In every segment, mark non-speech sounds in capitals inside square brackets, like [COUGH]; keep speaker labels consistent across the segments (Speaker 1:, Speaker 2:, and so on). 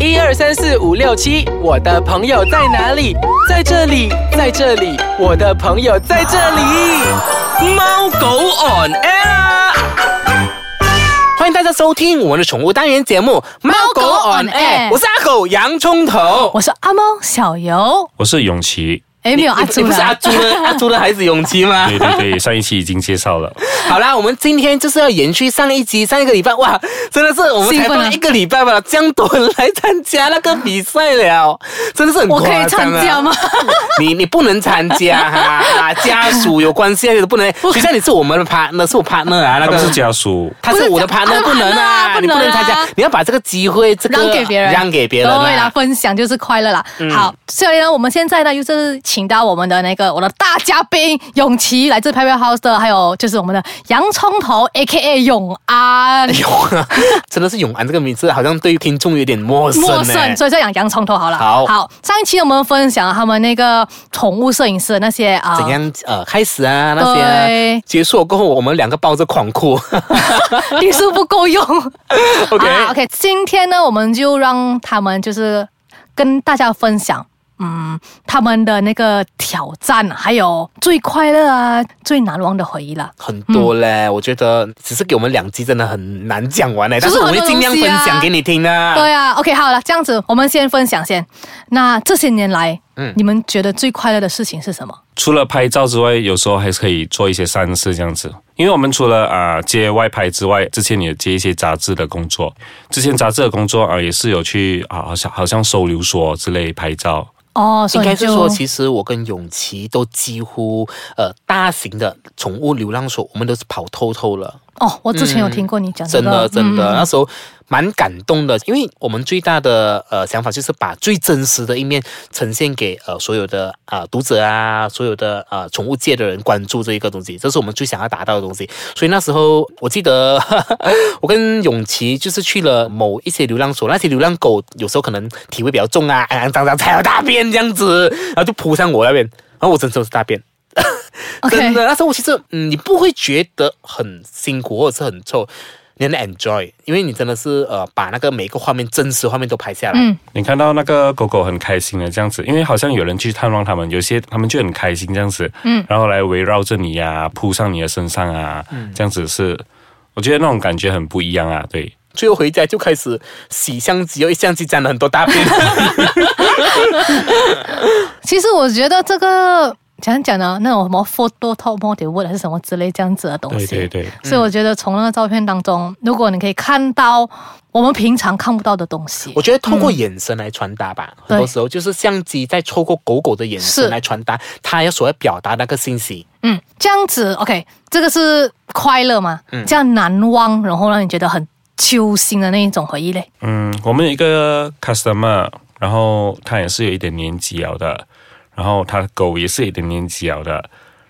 Speaker 1: 一二三四五六七，我的朋友在哪里？在这里，在这里，我的朋友在这里。
Speaker 2: 猫狗 on air 啊。欢迎大家收听我们的宠物单元节目《猫狗 on air》，我是阿狗洋葱头，
Speaker 3: 我是阿猫小游，
Speaker 4: 我是永琪。
Speaker 3: 哎，没有阿
Speaker 2: 你
Speaker 3: 朱
Speaker 2: 不是阿
Speaker 3: 啦，
Speaker 2: 朱的阿朱的孩子永琪吗？
Speaker 4: 对对对，上一期已经介绍
Speaker 2: [LAUGHS]
Speaker 4: 了，
Speaker 2: 好啦，我们今天就是要延续上一集，上一个礼拜哇， [LAUGHS] 真的是我们
Speaker 3: 兴
Speaker 2: 才
Speaker 3: 奋啊
Speaker 2: 放一个礼拜吧，这样多人来参加那个比赛了，真的是很
Speaker 3: 我
Speaker 2: 夸
Speaker 3: 可以参
Speaker 2: 张啊
Speaker 3: 加吗？ [LAUGHS]
Speaker 2: 你你不能参加哈、啊，家属有关系啊，你都不能。学校你是我们的 partner，是我 partner 啊，那
Speaker 4: 他
Speaker 2: 个
Speaker 4: 们是家属。
Speaker 2: 他是我的
Speaker 3: 不是
Speaker 2: partner，
Speaker 3: 他
Speaker 2: 不能
Speaker 3: partner
Speaker 2: 啊，
Speaker 3: 啊
Speaker 2: 你不能
Speaker 3: 不能啊
Speaker 2: 参加，你要把这个机会这个
Speaker 3: 让给别人，
Speaker 2: 让给别人、
Speaker 3: 对啦
Speaker 2: 啊，。嗯
Speaker 3: 分享就是快乐啦。好，所以呢，我们现在呢，就是请到我们的那个我的大嘉宾永琪，来自 p a p e House 的，还有就是我们的洋葱头 A K A 永
Speaker 2: 哎
Speaker 3: 安，
Speaker 2: 真的是永安这个名字，好像对于听众有点陌生、欸。
Speaker 3: 陌生，所以就讲洋葱头好了。
Speaker 2: 好
Speaker 3: 上一期我们分享了他们那个宠物摄影师的那些啊，
Speaker 2: 怎样呃开始啊那些啊
Speaker 3: 对
Speaker 2: 结束了过后，我们两个抱着狂哭。
Speaker 3: 定数不够用。
Speaker 2: [LAUGHS] OK
Speaker 3: 啊 OK，今天呢，我们就让他们就是跟大家分享。嗯，他们的那个挑战，还有最快乐啊、最难忘的回忆啦。
Speaker 2: 很多嘞，我觉得只是给我们两集真的很难讲完嘞、但是我们会尽量分享给你听啊。
Speaker 3: 对啊，OK，好了，这样子我们先分享先。那这些年来，嗯，你们觉得最快乐的事情是什么？
Speaker 4: 除了拍照之外，有时候还是可以做一些善事这样子。因为我们除了啊、接外拍之外，之前也接一些杂志的工作，之前杂志的工作啊、也是有去啊，好像好像收留所之类拍照。
Speaker 3: 哦，
Speaker 2: 应
Speaker 3: 所以
Speaker 2: 该
Speaker 3: 你
Speaker 2: 是
Speaker 3: 就
Speaker 2: 说，其实我跟永琪都几乎呃大型的宠物流浪所，我们都是跑透透了，
Speaker 3: 哦，我之前有听过你讲这
Speaker 2: 真的
Speaker 3: 个，
Speaker 2: 真的，
Speaker 3: 嗯
Speaker 2: 那时候蛮感动的，因为我们最大的呃想法就是把最真实的一面呈现给呃所有的啊、呃读者啊，所有的呃宠物界的人关注这一个东西，这是我们最想要达到的东西。所以那时候我记得 [LAUGHS] 我跟永琪就是去了某一些流浪所，那些流浪狗有时候可能体味比较重啊，肮肮脏脏踩到大便这样子，然后就扑上我那边，然后我真的是大便。 [LAUGHS] 真
Speaker 3: OK，
Speaker 2: 的，那时候我其实，嗯，你不会觉得很辛苦或者是很臭，你能 enjoy，因为你真的是呃，把那个每一个画面真实画面都拍下来。
Speaker 3: 嗯
Speaker 4: 你看到那个狗狗很开心的这样子，因为好像有人去探望它们，有些它们就很开心这样子，嗯，然后来围绕着你呀、扑上你的身上啊，这样子是，我觉得那种感觉很不一样啊，对。
Speaker 2: 最后回家就开始洗相机，又一相机沾了很多
Speaker 3: [LAUGHS]
Speaker 2: 大便。
Speaker 3: 其实我觉得这个讲讲呢，那种什么 photo top model wood 还是什么之类这样子的东
Speaker 2: 哦
Speaker 3: 西。
Speaker 4: 对对对，
Speaker 3: 所以
Speaker 2: 嗯
Speaker 3: 我觉得从那个照片当中，如果你可以看到我们平常看不到的东西
Speaker 2: 我，觉得通过眼神来传达吧，很多
Speaker 3: 对
Speaker 2: 时候就是相机在透过狗狗的眼
Speaker 3: 嗯是
Speaker 2: 神来传达它要所要表达那个信息。
Speaker 3: 嗯，这样子 OK，这个是快乐嘛？
Speaker 2: 嗯
Speaker 3: 这样难忘，然后让你觉得很揪心的那一种回忆嘞。
Speaker 4: 嗯，我们有一个 customer，然后他也是有一点年纪了的，然后他的狗也是有一点年纪了的，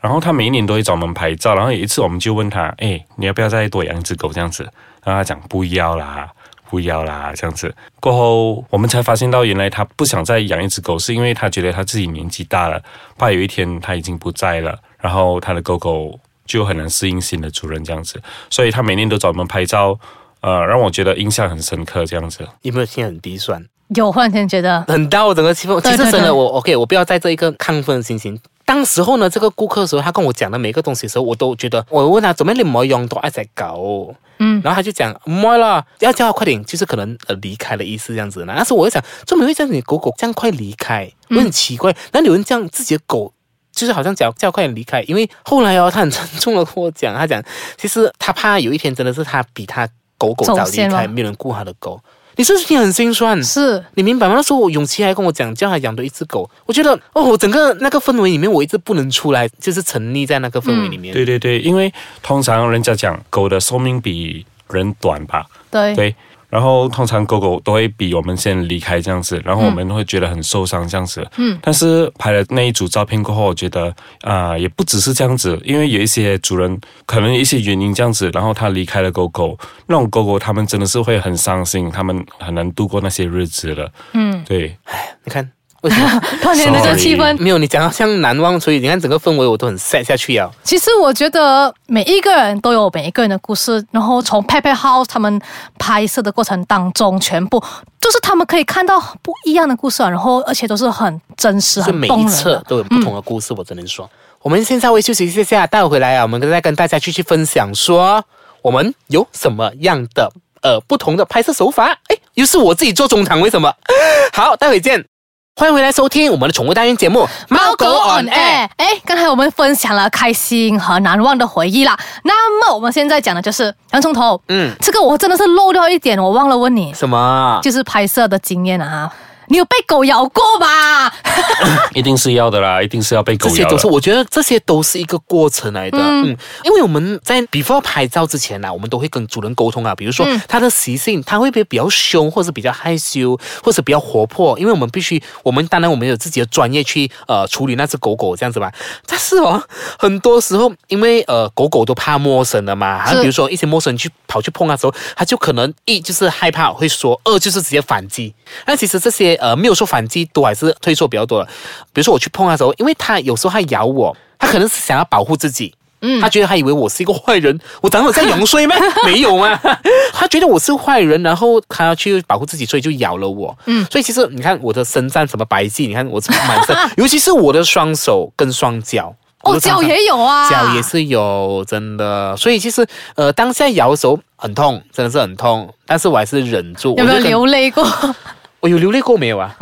Speaker 4: 然后他每一年都会找我们拍照，然后有一次我们就问他，哎，你要不要再多养一只狗这样子？然后他讲不要啦。不要啦，这样子过后，我们才发现到原来他不想再养一只狗，是因为他觉得他自己年纪大了，怕有一天他已经不在了，然后他的狗狗就很难适应新的主人这样子，所以他每年都找我们拍照，呃，让我觉得印象很深刻这样子。
Speaker 2: 有没有听得很鼻酸？
Speaker 3: 有忽然间觉得，
Speaker 2: 很到整个气氛。其
Speaker 3: 嗯对
Speaker 2: 实
Speaker 3: 对对
Speaker 2: 真的，我 OK，我不要在这一个亢奋的心情。当时候呢，这个顾客的时候，他跟我讲的每一个东西的时候，我都觉得，我问他怎么你冇用到一只狗，
Speaker 3: 嗯，
Speaker 2: 然后他就讲没了，要叫他快点，就是可能呃离开的意思这样子呢。但是我就想，怎么会这样子，你狗狗这样快离开，我很奇怪，那有人这样自己的狗。就是好像叫叫快点离开，因为后来哦，他很慎重的跟我讲，他讲其实他怕有一天真的是他比他狗狗早
Speaker 3: 走
Speaker 2: 离
Speaker 3: 先
Speaker 2: 开，
Speaker 3: 了
Speaker 2: 没有人顾他的狗，你是不是听得很心酸？
Speaker 3: 是
Speaker 2: 你明白吗？那时候我永琪还跟我讲，叫他养多一只狗。我觉得哦，我整个那个氛围里面，我一直不能出来，就是沉溺在那个氛围里面。
Speaker 4: 对对对，因为通常人家讲狗的寿命比人短吧，
Speaker 3: 对
Speaker 4: 对。然后通常狗狗都会比我们先离开这样子，然后我们会觉得很受伤这样子。嗯。但是拍了那一组照片过后，我觉得啊、也不只是这样子，因为有一些主人可能有一些原因这样子，然后他离开了狗狗，那种狗狗他们真的是会很伤心，他们很难度过那些日子了。嗯，对。
Speaker 2: 你看，为什么？
Speaker 3: 突然间这个
Speaker 4: Sorry
Speaker 3: 气氛。
Speaker 2: 没有，你讲到像难忘，所以你看整个氛围我都很 sad 下去啊。
Speaker 3: 其实我觉得每一个人都有每一个人的故事，然后从 p a p e House 他们拍摄的过程当中，全部就是他们可以看到不一样的故事啊，然后而且都是很真实、
Speaker 2: 就
Speaker 3: 很
Speaker 2: 每
Speaker 3: 动
Speaker 2: 一
Speaker 3: 人
Speaker 2: 册
Speaker 3: 的。
Speaker 2: 都有不同的故事，我只能说。我们现在会休息一下，待会回来啊，我们再跟大家继续分享说我们有什么样的呃不同的拍摄手法。哎，又是我自己做中堂，为什么？好，待会见。欢迎回来收听我们的宠物单元节目《猫狗 on air》。
Speaker 3: 哎，刚才我们分享了开心和难忘的回忆啦。那么我们现在讲的就是洋葱头，
Speaker 2: 嗯，啊
Speaker 3: 这个我真的是漏掉一点，我忘了问你，
Speaker 2: 什么？
Speaker 3: 就是拍摄的经验啊，你有被狗咬过吧？
Speaker 4: 一定是要的啦，一定是要被狗
Speaker 2: 这些
Speaker 4: 咬
Speaker 2: 都是，
Speaker 4: 的。
Speaker 2: 我觉得这些都是一个过程来的。嗯，因为我们在 before 拍照之前呢、啊我们都会跟主人沟通啊，比如说
Speaker 3: 嗯
Speaker 2: 他的习性，他会不会比较凶，或者比较害羞，或者比较活泼？因为我们必须，我们当然我们有自己的专业去呃处理那只狗狗这样子吧。但是哦，很多时候因为呃狗狗都怕陌生的嘛，啊
Speaker 3: 是
Speaker 2: 比如说一些陌生人去跑去碰它的啊时候，它就可能一就是害怕会说，二就是直接反击。那其实这些呃没有说反击，都还是退缩比较多的。比如说我去碰它的时候，因为它有时候它咬我，它可能是想要保护自己。
Speaker 3: 嗯
Speaker 2: 他觉得他以为我是一个坏人，我长得像羊睡吗？
Speaker 3: [LAUGHS]
Speaker 2: 没有啊，他觉得我是坏人，然后他要去保护自己，所以就咬了我。嗯，所以其实你看我的身上什么白迹，你看我这个
Speaker 3: [LAUGHS]
Speaker 2: 满身，尤其是我的双手跟双脚。我
Speaker 3: 哦，
Speaker 2: 都常
Speaker 3: 脚
Speaker 2: 常
Speaker 3: 也有啊，
Speaker 2: 脚也是有，真的。所以其实呃，当下摇的时候很痛，真的是很痛，但是我还是忍住。
Speaker 3: 有没有
Speaker 2: 我就跟？
Speaker 3: 流泪过？ [LAUGHS]
Speaker 2: 我有流泪过没有啊？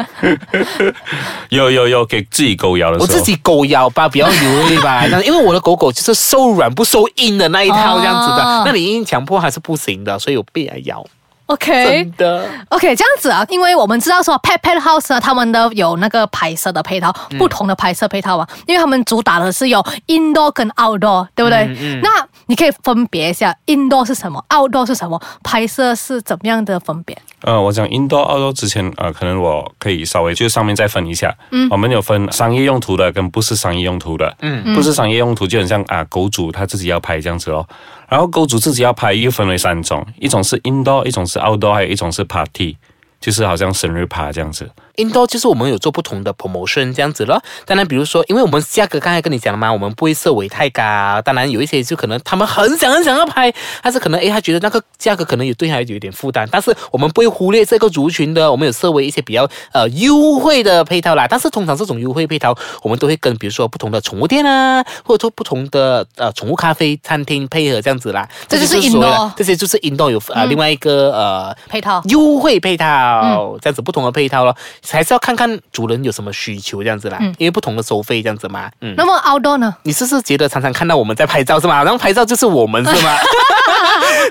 Speaker 4: 有有有，给自己狗咬的时
Speaker 2: 我
Speaker 4: 候，
Speaker 2: 自己狗咬吧，比较流泪
Speaker 3: [LAUGHS]
Speaker 2: 吧。但是因为我的狗狗就是受软不受硬的那一套这样子的，
Speaker 3: 哦
Speaker 2: 那你硬强迫还是不行的，所以我被人咬。
Speaker 3: OK
Speaker 2: 真。的，
Speaker 3: OK，这样子啊，因为我们知道说 Pet Pet House 呢，他们的有那个拍摄的配套，不同的拍摄配套啊，因为他们主打的是有 indoor 跟 outdoor，对不对？那你可以分别一下 indoor 是什么，outdoor 是什么，拍摄是怎么样的分别？
Speaker 4: 呃，我讲 indoor、outdoor 之前，呃，可能我可以稍微就上面再分一下。嗯，我们有分商业用途的跟不是商业用途的。嗯，不是商业用途就很像啊、狗主他自己要拍这样子哦。然后狗主自己要拍又分为三种，一种是 indoor，一种是 outdoor，还有一种是 party，就是好像生日趴这样子。
Speaker 2: indoor 就是我们有做不同的 promotion 这样子咯。当然，比如说，因为我们价格刚才跟你讲了嘛，我们不会设为太高。当然，有一些就可能他们很想很想要拍，但是可能诶，他觉得那个价格可能有对他有一点负担。但是我们不会忽略这个族群的，我们有设为一些比较呃优惠的配套啦。但是通常这种优惠配套，我们都会跟比如说不同的宠物店啊，或者说不同的呃宠物咖啡餐厅配合这样子啦。
Speaker 3: 这就是
Speaker 2: 所谓的
Speaker 3: indoor
Speaker 2: 这些就是 indoor 有呃、另外一个呃
Speaker 3: 配套
Speaker 2: 优惠配套，
Speaker 3: 嗯
Speaker 2: 这样子不同的配套咯，还是要看看主人有什么需求这样子啦，因为不同的收费这样子嘛。嗯，
Speaker 3: 嗯那么 outdoor 呢？
Speaker 2: 你是不是觉得常常看到我们在拍照是吗？然后拍照就是我们是 [LAUGHS]
Speaker 3: [LAUGHS]
Speaker 2: 吗？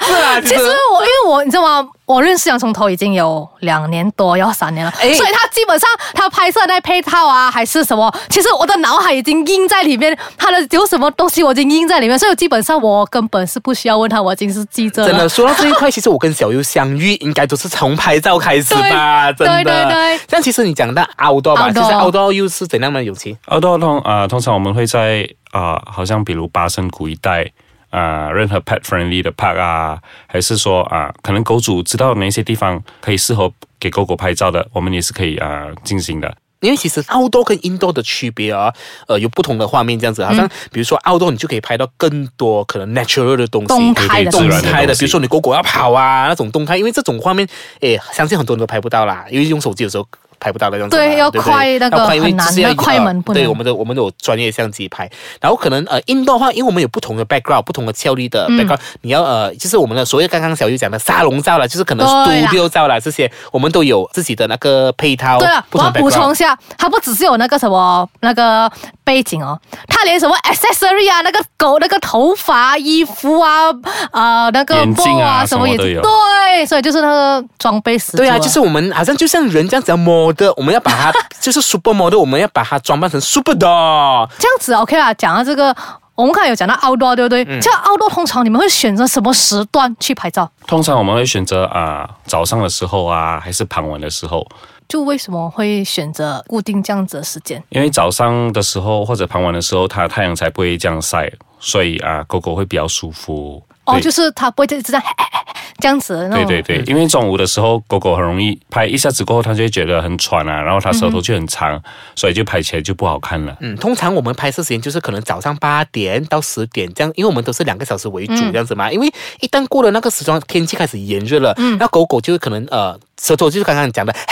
Speaker 2: 是啊，
Speaker 3: 其实我因为我你知道吗？我认识洋葱头已经有两年多，要三年了，
Speaker 2: 哎
Speaker 3: 所以他基本上他拍摄那配套啊，还是什么，其实我的脑海已经印在里面，他的有什么东西我已经印在里面，所以基本上我根本是不需要问他，我已经是记着了。
Speaker 2: 真的说到这一块，其实我跟小优相遇，应该都是从拍照开始吧，
Speaker 3: 对对
Speaker 2: 真的。
Speaker 3: 对对
Speaker 2: 但其实你讲到 outdoor 吧，
Speaker 3: outdoor
Speaker 2: 其实 outdoor 又是怎样的勇气？
Speaker 4: outdoor 通啊、通常我们会在啊、好像比如巴生谷一带啊、任何 pet friendly 的 park 啊，还是说啊、可能狗主知道哪些地方可以适合给狗狗拍照的，我们也是可以啊、进行的。
Speaker 2: 因为其实
Speaker 3: 嗯
Speaker 2: outdoor 跟 indoor 的区别啊，呃，有不同的画面这样子，好
Speaker 3: 嗯
Speaker 2: 像比如说 outdoor 你就可以拍到更多可能 natural 的东西，
Speaker 3: 动态的
Speaker 2: 动
Speaker 3: 东西
Speaker 2: 态
Speaker 4: 自然的
Speaker 2: 的，
Speaker 4: 东西
Speaker 2: 比如说你狗狗要跑啊那种动态，因为这种画面，诶，相信很多人都拍不到啦，因为用手机有时候。拍不到的这样子嘛，
Speaker 3: 对要
Speaker 2: 不
Speaker 3: 快那个
Speaker 2: 要快因为
Speaker 3: 很难
Speaker 2: 就是要
Speaker 3: 那快门
Speaker 2: 呃
Speaker 3: 不
Speaker 2: 对
Speaker 3: 能
Speaker 2: 我们的我们有专业相机拍，然后可能呃 indoor 的话，因为我们有不同的 background，不同的效率的
Speaker 3: 嗯
Speaker 2: background，、你要呃就是我们的所谓刚刚小玉讲的沙龙照啦，就是可能
Speaker 3: 对啦
Speaker 2: studio 照啦这些，我们都有自己的那个配套，
Speaker 3: 对了，
Speaker 2: 不
Speaker 3: 我
Speaker 2: 同
Speaker 3: 要
Speaker 2: 的
Speaker 3: 补
Speaker 2: background
Speaker 3: 充一下，它不只是有那个什么那个背景哦，它连什么 accessory 啊，那个狗那个头发、衣服啊，呃，那个
Speaker 4: 眼镜
Speaker 3: ball
Speaker 4: 啊
Speaker 3: 什么也
Speaker 4: 什么都有
Speaker 3: 对，所以就是那个装备十足了。
Speaker 2: 对啊，就是我们好像就像人这样子要 model，我们要把它
Speaker 3: [LAUGHS]
Speaker 2: 就是 super model，我们要把它装扮成 super doll。
Speaker 3: 这样子 OK 啦。讲到这个，我们刚才有讲到 outdoor，对不
Speaker 4: 嗯
Speaker 3: 对？这、outdoor 通常你们会选择什么时段去拍照？
Speaker 4: 通常我们会选择啊、早上的时候啊，还是傍晚的时候，
Speaker 3: 就为什么会选择固定这样子的时间？
Speaker 4: 因为早上的时候或者傍晚的时候，它太阳才不会这样晒，所以啊、狗狗会比较舒服。
Speaker 3: 哦，
Speaker 4: 对
Speaker 3: 就是它不会一直这样嘿嘿嘿 [LAUGHS] 这样子的那
Speaker 4: 对
Speaker 3: 种。
Speaker 4: 对对，因为中午的时候狗狗很容易拍一下子过后，它就会觉得很喘啊，然后它舌头就很长，
Speaker 3: 嗯
Speaker 4: 所以就拍起来就不好看了。
Speaker 2: 嗯，通常我们拍摄时间就是可能早上八点到十点这样，因为我们都是两个小时为主
Speaker 3: 嗯
Speaker 2: 这样子嘛。因为一旦过了那个时段，天气开始炎热了，
Speaker 3: 嗯
Speaker 2: 那狗狗就可能呃舌头就是刚刚你讲的 [LAUGHS]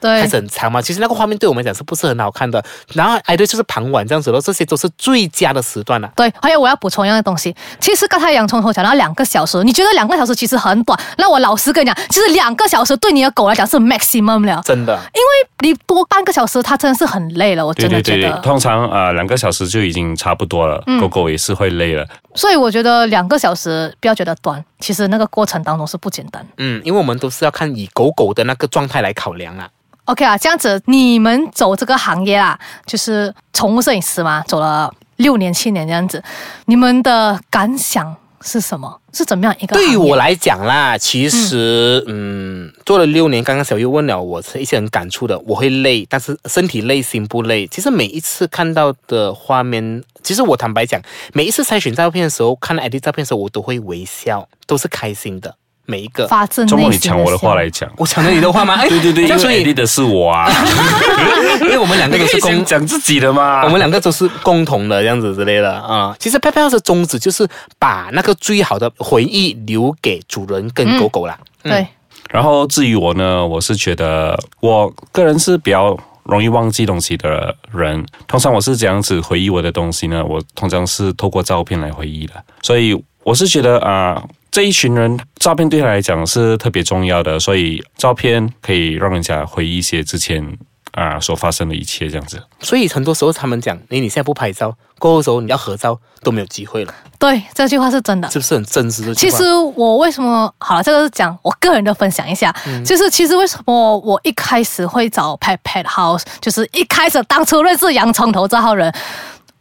Speaker 3: 对
Speaker 2: 开始很长嘛。其实那个画面对我们讲是不是很好看的？然后哎对，就是傍晚这样子咯，这些都是最佳的时段了、啊
Speaker 3: 对，还有我要补充一样的东西，其实刚才洋葱头讲到两个小时，你觉得两个小时其实很短，那我老实跟你讲，其实两个小时对你的狗来讲是 maximum 了，
Speaker 2: 真的。
Speaker 3: 因为你多半个小时它真的是很累了，我
Speaker 4: 对
Speaker 3: 真的
Speaker 4: 对
Speaker 3: 嗯
Speaker 4: 对
Speaker 3: 觉
Speaker 4: 对
Speaker 3: 得。，
Speaker 4: 通常呃两个小时就已经差不多了，狗狗也是会累了。
Speaker 3: 所以我觉得两个小时不要觉得短，其实那个过程当中是不简单。
Speaker 2: 嗯，因为我们都是要看以狗狗的那个状态来考量啦。
Speaker 3: OK 啊，这样子你们走这个行业啊，就是宠物摄影师嘛，走了六年七年这样子，你们的感想是什么？是怎么样一个？
Speaker 2: 对于我，来讲啦，其实嗯做了六年，刚刚小优问了我是一些很感触的，我会累，但是身体累心不累。其实每一次看到的画面，其实我坦白讲，每一次筛选照片的时候，看 ID 照片的时候，我都会微笑，都是开心的，每一个。
Speaker 3: 发自内
Speaker 4: 周
Speaker 3: 心
Speaker 4: 末
Speaker 3: 的
Speaker 4: 你抢我的话
Speaker 3: 笑
Speaker 4: 来讲，
Speaker 2: 我抢了你的话 [LAUGHS] 吗？哎
Speaker 4: 对对对，
Speaker 2: 这
Speaker 4: 因
Speaker 2: 样所
Speaker 4: 为
Speaker 2: 以
Speaker 4: edit 的是我
Speaker 2: [LAUGHS]
Speaker 4: 啊，
Speaker 2: 因为我们两个
Speaker 4: 你
Speaker 2: 都
Speaker 4: 可
Speaker 2: [LAUGHS] 是
Speaker 4: 以
Speaker 2: 公
Speaker 4: 先讲自己的嘛。
Speaker 2: 我们两个都是共同的这样子之类的啊、其实 p e p 的宗旨就是把那个最好的回忆留给主人跟狗狗啦。嗯
Speaker 3: 对。
Speaker 4: 然后至于我呢，我是觉得我个人是比较容易忘记东西的人。通常我是这样子回忆我的东西呢，我通常是透过照片来回忆的。所以我是觉得啊、这一群人照片对他来讲是特别重要的，所以照片可以让人家回忆一些之前啊、所发生的一切这样子。
Speaker 2: 所以很多时候他们讲，你你现在不拍照，过后的时候你要合照都没有机会了，
Speaker 3: 对，这句话是真的。
Speaker 2: 是不是很真实的？
Speaker 3: 其实我为什么好了，这个是讲我个人的分享一下，
Speaker 2: 嗯
Speaker 3: 就是其实为什么我一开始会找 Pet Pet House，就是一开始当初认识洋葱头这号人，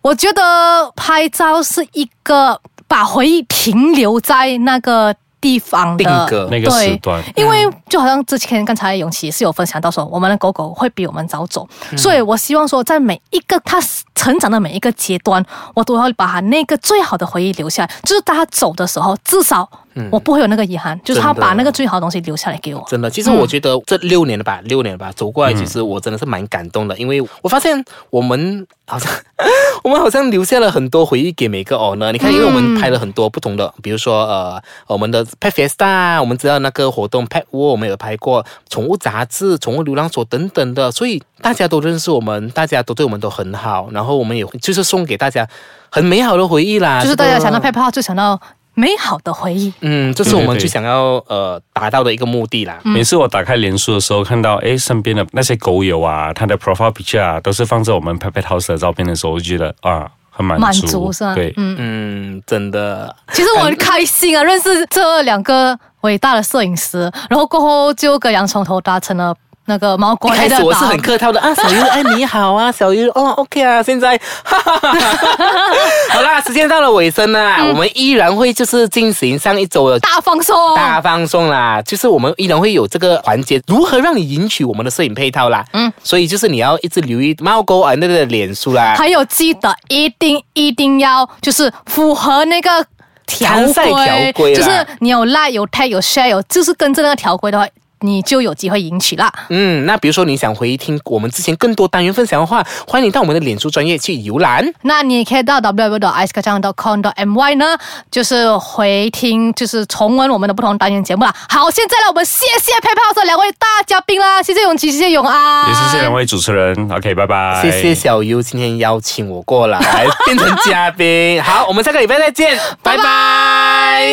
Speaker 3: 我觉得拍照是一个把回忆停留在那个地方的
Speaker 2: 定格
Speaker 4: 那个
Speaker 3: 对
Speaker 4: 时段，
Speaker 3: 因为
Speaker 2: 嗯
Speaker 3: 就好像之前刚才永琪是有分享到说，我们的狗狗会比我们早走，
Speaker 2: 嗯
Speaker 3: 所以我希望说，在每一个它成长的每一个阶段，我都要把它那个最好的回忆留下来，就是当它走的时候，至少我不会有那个遗憾，就是它
Speaker 2: 嗯真的
Speaker 3: 把那个最好的东西留下来给我。
Speaker 2: 真的，其实我觉得这六年了吧，六年了吧，走过
Speaker 3: 嗯
Speaker 2: 来，其实我真的是蛮感动的，因为我发现我们 [LAUGHS] 好像我们好像留下了很多回忆给每个 owner。你看，因为我们拍了很多不同的，比如说呃，我们的 Pet Fiesta，我们知道那个活动 Pet World，我们有拍过宠物杂志、宠物流浪所等等的，所以大家都认识我们，大家都对我们都很好，然后我们也会就是送给大家很美好的回忆啦，
Speaker 3: 就是
Speaker 2: 这
Speaker 3: 大
Speaker 2: 个
Speaker 3: 家想到 Pet Pet House 就想到美好的回忆。
Speaker 2: 嗯，这是我们
Speaker 4: 对对对
Speaker 2: 最想要呃达到的一个目的
Speaker 3: 嗯
Speaker 2: 啦。
Speaker 4: 每次我打开脸书的时候，看到诶身边的那些狗友啊，他的 profile picture 啊，都是放着我们 Pet Pet House 的照片的时候，我就觉得啊，很满足，
Speaker 3: 满足是吧？
Speaker 4: 对，
Speaker 3: 嗯，
Speaker 2: 嗯，真的，
Speaker 3: 其实我很开心啊，认识这两个伟大的摄影师，然后过后就跟洋葱头达成了那个毛
Speaker 2: 一
Speaker 3: 国
Speaker 2: 开
Speaker 3: 来的
Speaker 2: 始我是
Speaker 3: 搭
Speaker 2: 很客套的啊，小鱼哎你好啊，小鱼哦 OK 啊，现在 [LAUGHS] 哈哈哈哈，好啦，时间到了尾声啦，我们依然会就是进行上一周的。
Speaker 3: 大放松，
Speaker 2: 大放送啦，就是我们依然会有这个环节，如何让你赢取我们的摄影配套啦。嗯，所以就是你要一直留意猫狗啊那个脸书啦，
Speaker 3: 还有记得一定一定要就是符合那个条
Speaker 2: 参赛条
Speaker 3: 规，
Speaker 2: 规啦
Speaker 3: 就是你有 like 有 tag 有 share 有，就是跟着那个条规的话，你就有机会赢取啦。
Speaker 2: 嗯，那比如说你想回听我们之前更多单元分享的话，欢迎到我们的脸书专业去游览。
Speaker 3: 那你也可以到 w w w i c e k a c a n g c o m m y 呢，就是回听，就是重温我们的不同单元节目啦。好，现在呢，我们谢谢佩佩老师两位大嘉宾啦，谢谢永琪，谢谢永安，
Speaker 4: 也谢谢两位主持人，OK，拜拜，
Speaker 2: 谢谢小优今天邀请我过来变成嘉宾，好，我们下个礼拜再见，拜拜